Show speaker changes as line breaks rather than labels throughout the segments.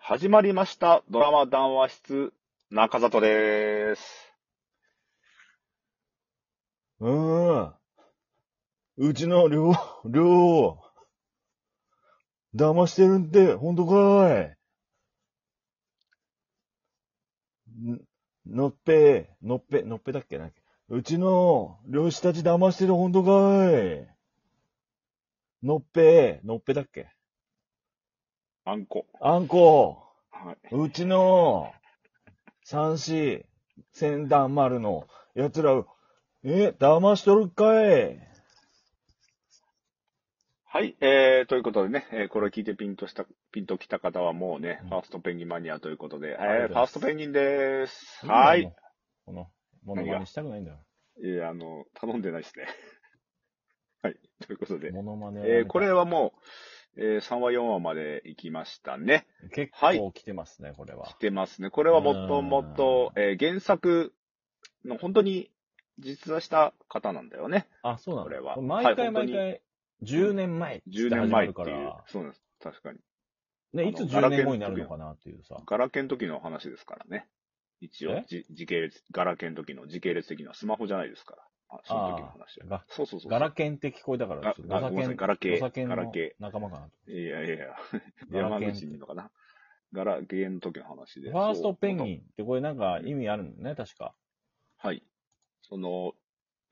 始まりました。ドラマ談話室、中里です。
うん。うちの寮、 寮、騙してるんで、ほんとかーい。んのっぺー、のっぺ、のっぺだっけなんだっけうちの漁師たち騙してるほんとかーい。のっぺー、のっぺだっけ
あんこ。
あんこ、
は
うちの三四、千段丸の奴ら、え、騙しとるかい。
はい。えー、ということでね、えーこれ聞いてピンとした、ピンと来た方はもうね、
うん
ファーストペンギンマニアということで、
あり
えー、
がとうござい
フ
ます
ァーストペンギンです。はい。。
この、ものまねしたくないんだよ。
えー、あの、頼んでないですね。 はい。ということで、
ものまね。
えー、これはもう、えー、3話4話まで行きましたね。
結
はい
構来てますね、これ
来
は。
てますね。これはもっともっと、えー原作の本当に実話した方なんだよね。
あ、そうなんだ。
これは
毎
はい
回
本当に
毎回、10年前って
10
始
年
ま
前っ
る
て
か
いう
ら。、
そうなんです。確かに。
ね、いつ10年後になるのかなっていうさ。
ガラケーの時の話ですからね。一応
え、
じ時系列、ガラケーの時の時系列的なスマホじゃないですから。あその時の話
あーが
そうそうそう。
ガラケンって聞こえたか
あ
ら、ちょっと
あごめんなさいガラケー
ゴサケン
ガ
の
ラケ
仲間かなと。
いやいやいや、
ガ
山
ラケンっ
口
て
にいるのかな。ガラケーの時の話で。
ファーストペン
ン。
ギンってこれなんか意味あるんだね、確か。
はい。その、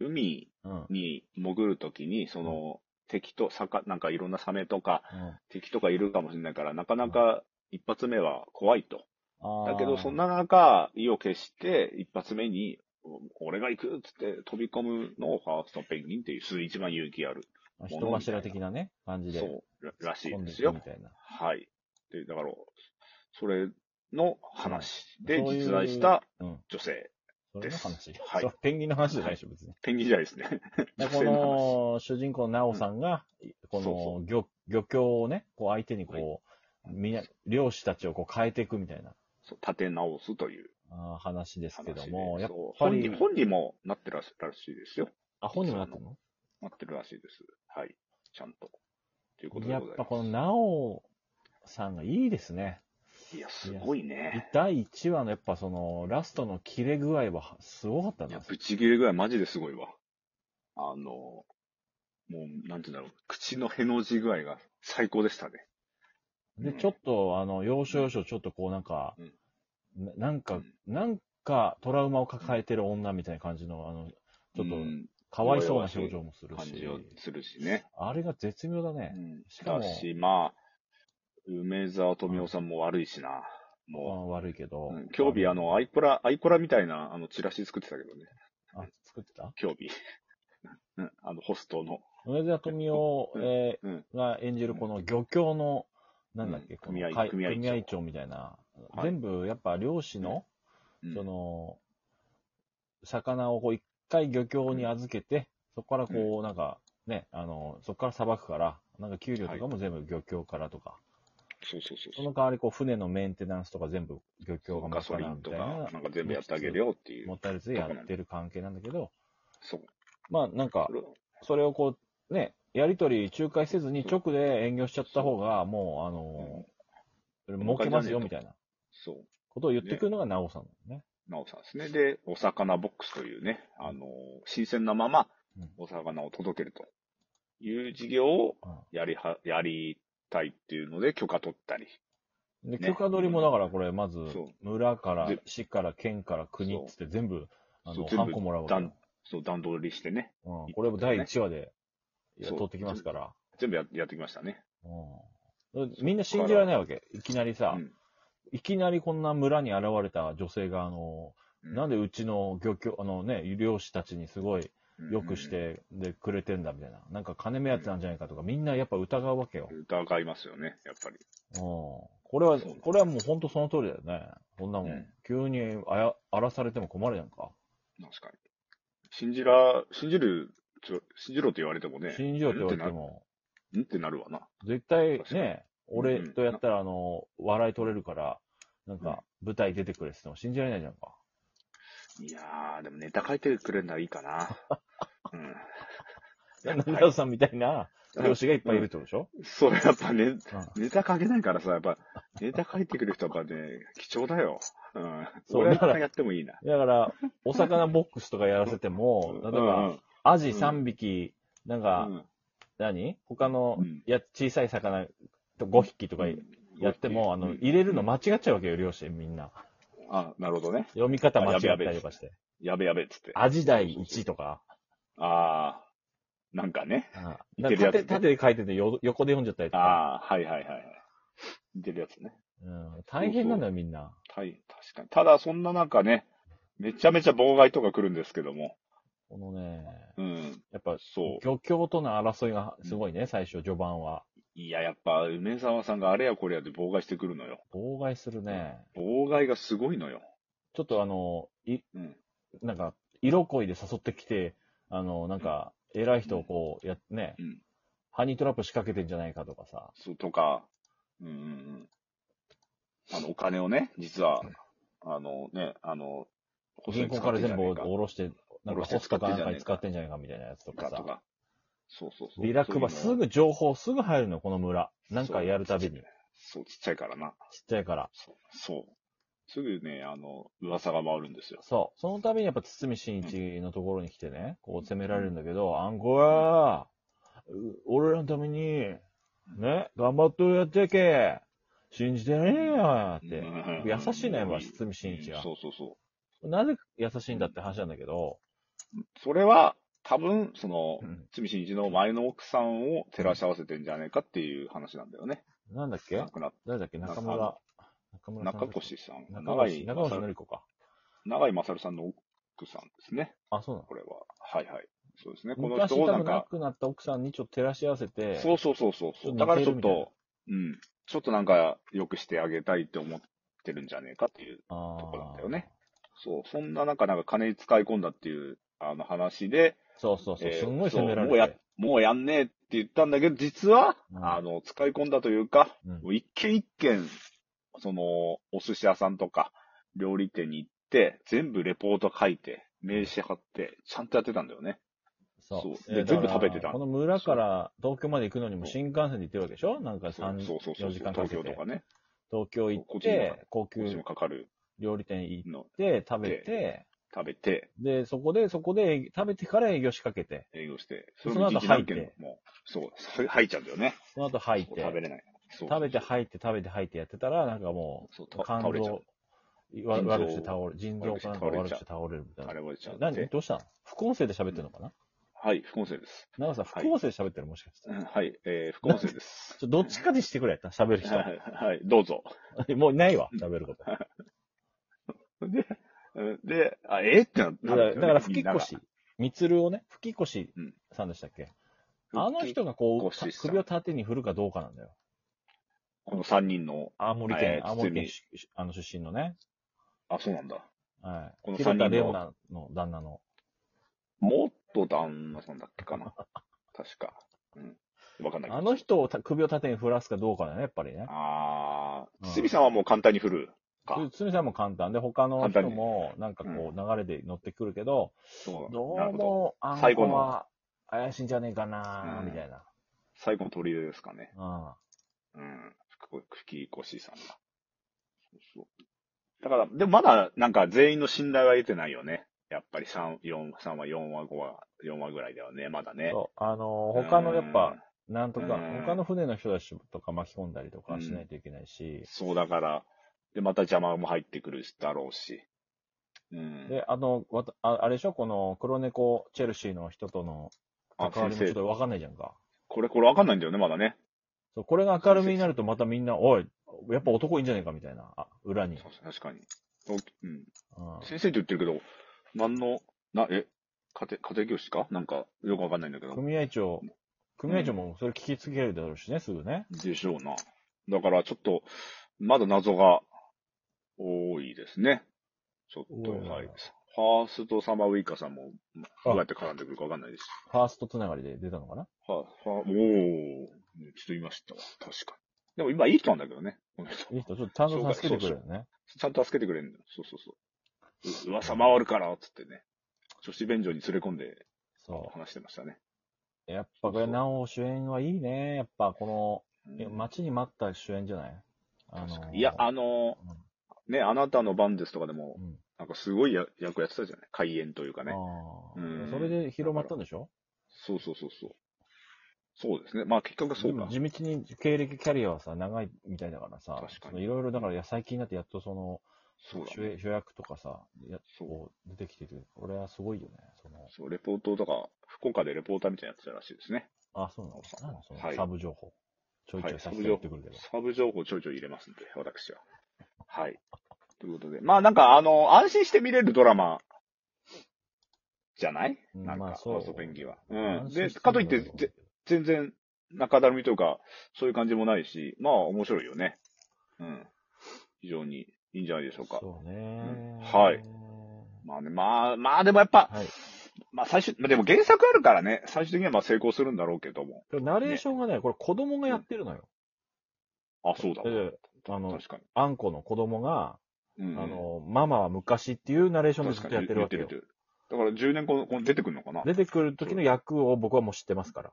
海
うん。うん
に潜るときに、その、敵と、魚、なんかいろんなサメとか、敵とかいるかもしれないから、なかなか一発目は怖いと。
あー
だけど、そん。な中、意を決して、一発目に、お俺が行くっつって飛び込むのをファーストペンギンっていう、す一番勇気ある、
人柱的なね、感じで。
そう、ららしい
突っ込ん
で
ですいく
よ
み。たいな。
はい。で、だから、それの話で
そういう
実在した
うん。
女性。
そ
で
れの
す
話。
はい
それペンギンの話じゃないでしょ、別に。
ペンギンじゃないですね。
で
女
こ
性の
の主人公のナオさんが、こ
そうそ
の漁漁協をね、こう相手にこう、みな漁師たちをこう変えていくみたいな
話。そう立て直すという
あー話です
話
け
で。
ども、やっ
そう
ぱ
本に
り、
本にもなってらっしゃるらしいですよ。
あ、本にもなってるの
なってるらしいです。はい。ちゃんと。ということで
やっ
ござい
ぱ
ます。
このナオさんがいいですね。
いや、すごいね。
第1話のやっぱその、ラストの切れ具合はすごかった
いや
な、。
ぶち切れぐらいマジですごいわ。あの、もう、なんていうんだろう。口のへの字具合が最高でしたね。
で、ちょっと、あの、要所要所ちょっとこうなんか、
うん
ななん
う
か
ん、
なんかトラウマを抱えてる女みたいな感じの、あの、ちょっと、
うん
かわいそうな表情もする
感
し
じ、をするしね。
あれが絶妙だ
う
ね。
ん。し
しか
か
も
し、まあ、梅沢富美男さんも悪いしな。
ま
も
あ、悪いけ
う、
ど
うん。競技、あの、アイコラ、アイコラみたいな、あの、チラシ作ってたけどね。
あ、作ってた
競技。 うんあの、ホストの。
梅沢富美男
うん
え
うん
ーが演じるこの漁協の、なんだっ
う
け、
ん
この
組合
会
組合長
組合長みたいな
は。い
全部、やっぱ漁師の、
うん
その、魚をこう一回漁協に預けて、そこからこう、なんか、ね、あの、そこからさばくから、なんか給料とかも全部漁協からとか、
そうそうそう
そ
そう。
の代わりこう船のメンテナンスとか全部漁協が
ガソリ
賄う
ン
み
と
たい
か、
な
なんか全部やってあげるよってい
も
う。
ったいずやってる関係なんだけど、
そう。
まあなんか
こ、れ
それをこう、ね、やりとり仲介せずに直で営業しちゃった方が、もう、あのー、それ儲けますよみたいな
そう。
ことを言ってくるのがナオさんだよね。
なおさんですね。で、お魚ボックスというね、あの、新鮮なまま
うん、
お魚を届けるという事業をやりは、やりたいっていうので許可取ったり。
うんで、
ね
許可取りもだからこれ、まず
そ、
村から
で、
市から、県から、国っつって全部、あ
そう
の、
全部
ハンコもらうわけよ
段そう、段取りしてね。
うんこれも第1話で、いや
そう
取ってきますから。
全部ややってきましたね。
うんみんな信じられないわけ。いきなりさ、
うん
いきなりこんな村に現れた女性が、あの、なんでうちの漁協、あのね、漁師たちにすごい良くし。て、で、くれてんだみたいな。なんか金目当てなんじゃないかとか、みんなやっぱ疑うわけよ。
う
うんん。
疑いますよね、やっぱり。
これは、
そう
これはもう本当その通りだよね。こんなも
うんん、
急にあや荒らされても困るやんか。
確かに。信じら、信じる、ちょ信じろと言われてもね。
信じようって言われても、
んってなるわな。
絶対
確かに
ね、俺とやったら、あの、笑い取れるから、なんか、舞台出てくれって言っても信じられないじゃんか。
いやー、でもネタ書いてくれるならいいかな。 うん。
なん
はい
だよさんみたいな、漁師がいっぱいいるってことでしょ
それやっぱね、
うん
ネタ書けないからさ、やっぱ、ネタ書いてくる人がね、貴重だよ。うん。
そう
俺
だから
はやってもいいな。
だから、お魚ボックスとかやらせても、例えば、アジ3匹、なん
ば
か、何他の
うん
や小さい魚と5匹とかやっても、あの、入れるの間違っちゃうわけよ、漁師みんな。
あ、なるほどね。
読み方間違ったりとかして。
やべやべっつって。
アジダイ1とか。
ああ、なんかね。
あ
いけるやつね
縦縦で書いててよ横で読んじゃったりとか。
ああ、はいはいはいはい。似てるやつね。
うん、大変なんだよ、みんな。
たい確かに。ただ、そんな中ね、めちゃめちゃ妨害とか来るんですけども。
このね、
うん。
やっぱ、
そう。
漁協との争いがすごいね、最初、序盤は。
いや、やっぱ、梅沢さんがあれやこれやで妨害してくるのよ。
妨害するね。
妨害がすごいのよ。
ちょっとあの、い、
うん
なんか、色恋で誘ってきて、あの、なんか、偉い人をこう、や、ね、
うん
ハニートラップ仕掛けてんじゃないかとかさ。
そう、とか、うんうんうん。あの、お金をね、実は、あのね、あの、
銀行から全部
か
下ろして、なん
下ろ
かホ
して
ストかなんかに使
使
っ
って
んじゃないかみたいなやつとか
と
さ。
か。そうそうそう。
リラクバ、
そうい
す
うの
ぐ情報すぐ入るの、この村。なんかやるたびに。ちっ
そう、ちっちゃいからな。
ちゃいから。
そう。そうすぐね、あの、噂が回るんですよ。
そう。そのためにやっぱ堤真一のところに来てね、こう攻められるんだけど、アンゴラーう俺らのために、ね、頑張ってやってけ信じてねえよって。
うん
優しいね、やっ
う
ぱ
ん
堤真一が
そ。うそうそ
なぜ優しいんだって話なんだけど、
う。それは、多分、その
う、ん
罪真一の前の奥さんを照らし合わせてんじゃねえかっていう話なんだよね。
なんだっけ
亡くなっ
誰だっけ中
なん
村
か。
中村さんだ
中
っけ
越さん。
中越、中越
正
のり子か。
永井勝さんの奥さんですね。
あ、そうなの
これは。はいはい。そうですね。この
昔
人
多
をな
分
ん
亡
か、
くなった奥さんにちょっと照らし合わせて、
そうそうそうそう
ちょ
そう。
っと
だからちょ
似
って
るみ
と、うん。ちょっとなんか、良くしてあげたいって思ってるんじゃねえかっていう。
あー
とこなんだよね。そう。そんな中、なんか金使い込んだっていう、あの話で、
そうそうそう、
えー
すんごい責めら
そう
れ
もうや
て。
もうやんねえって言ったんだけど、実は、
うん
あの、使い込んだというか、
うん
もう一軒一軒、その、お寿司屋さんとか、料理店に行って、全部レポート書いて、名刺貼って、ちゃんとやってたんだよね。そうで
えーだ
全
から
部食べてた
この村から東京まで行くのにも新幹線で行ってるわけでしょなんか
そう
3、
そうそうそう
4時間か
東
け
京と
て。
かね。
東京行
こ
っ
っちにも
て、高
こっち
級
もかかる
料理店行っ
の
て、食べて、
食べて、
で、そこで、そこで営食べてから営業仕掛けて、
営業して、
その
れも
後
一日何軒
吐いて
もう、そう、それ吐いちゃうんだよね。
その後吐い
そう
て、
食べれない。そう
食べて吐いて食べて吐いてやってたら、なんかも
そう、
う、
た
肝
倒れちゃう
臓。、わ
腎臓
悪くして倒れ、腎臓かなんか悪く
悪く
し
して
て倒れるみたいな
あ。れはちゃう。
何どうしたの副音声で喋ってるのかな
はい、副音声です。
長さん、
はい
副音声で喋ってるもしかして。
うんはい、えー、副音声です。
ちょどっちかにしてくれ、喋る
はいはい、どうぞ。
人。 もういないわ、喋ること。
で、うんで、あ、えーってなったんだ
だから、
よね
だから吹
みんなが
越、みつるをね、吹越
うん
さんでしたっけ、
吹
あの人がこう、
吹越さん
首を縦に振るかどうかなんだよ。
この3人の、
青森
え、
県
ー
青森県
堤
出あの出身のね。
あ、そうなんだ。
は
こ
い。
の
広田
三
レ
人の
オナの旦那の。
もっと旦那さんだっけか な。確か。うん。わかんないけど
あの人をた首を縦に振らすかどうかだよね、やっぱりね。
あ
う
ー、
ん
堤さんはもう簡単に振るか。
つみさんも簡単で、他の
簡単
人
に
も、なんかこう、流れで乗ってくるけど、
そう
ど
なる
う
ほど。
も、あん
最後
こ
の
は怪しいんじゃねえかな
うん
みたいな。
最後の取り入れですかね。
うん。
うん。ふく吹越さんが。そうそう。だから、でもまだ、なんか全員の信頼は得てないよね。やっぱり3、4、3話、4話、5話、4話ぐらいだよね、まだね。
そう。あのー、他のやっぱ、
うん
なんとか、
うん
他の船の人たちとか巻き込んだりとかしないといけないし、
そうだから、で、また邪魔も入ってくるだろうし。うん。
で、あの、わたああれでしょこの黒猫チェルシーの人との
あ、
関わ
先
りもちょっ
生、
とわかんないじゃんか。
これ、これわかんないんだよね、まだね。
そうこれが明るみになるとまたみんな、おい、やっぱ男いいんじゃねえかみたいな、あ裏に。
そう確かに。おうん。
うん
先生って言ってるけど、何の、な、え、家庭、家庭教師かなんか、よくわかんないんだけど。
組合長、組合長もそれ聞きつけるだろうしね、すぐね。
でしょうな。だから、ちょっと、まだ謎が多いですね。ちょっと、
多いな
はい。ファーストサマーウイカさんも、どうやって絡んでくるかわかんないですし。
ファーストつながりで出たのかな
はあ、はあ、おー、ちょっと言いましたわ。確かに。でも今いい人なんだけどね。この人
いい人、ちょっとちゃんと助けてくれるよね。
ちゃんと助けてくれるんだよ。そうそうそう。う噂回るから、つってね。女子便所に連れ込んで
そ
話してましたね。
う。やっぱこれ、なお主演はいいね。やっぱこ
う
の、
ん
待ちに待った主演じゃないあの
確かにいや、あの
うん
ーね、あなたの番ですとかでも
う、ん
なんかすごいや役やってたじゃない開演というかね。
あ
う
ー
ん
それで広まったんでしょ
そうそうそうそう。そうですね。まあ結局そ
で
う
も
か。
地道に経歴キャリアはさ、長いみたいだからさ
確か、に
いろいろだから最近になってやっとその、
そうだ
主
ね。
役主役とかさ、や
そう
こう出てきてる。俺はすごいよね。その
そう、レポートとか、福岡でレポーターみたいなのやってたらしいですね。
あ、そうな
そ
の
うそう
なんだその
はい
サブ情報。ちょいち
は
ょ
い、
い
サ
させ
ブ
て
情
やって
報
くるけど。、
サブ情報ちょいちょい入れますんで、私は。はい。ということで、まあなんか、あの、安心して見れるドラマ、じゃない
うん
なん
まあ
か、
そう
ハウスオブペンギンは。うん。
安心
で、
して
かといって
見れる、
ぜ全然、中だるみというか、そういう感じもないし、まあ面白いよね。うん。非常にいいんじゃないでしょうか。
そうね。
はい。まあね、まあ、まあでもやっぱ、
はい。
まあ最終、まあでも原作あるからね、最終的にはまあ成功するんだろうけども。
でもナレーションがね、これ子供がやってるのよ。
あ、そうだわ。
で、あの、
確かに。
あんこの子供が、
うんうん
あの、ママは昔っていうナレーションでずっとやってるわけよ
確か。に言ってる言ってるだから10年後、この出てくるのかな
出てくる時の役を僕はもう知ってますから。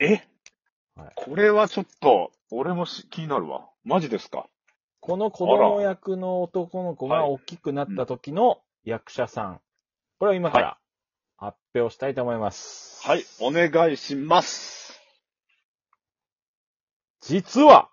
え
はい
これはちょっと、俺もし気になるわ。マジですか
この子供役の男の子
あ
が
ら
大きくなった時の役者さん。これを今から発表したいと思います。
はい、お願いします。
実は、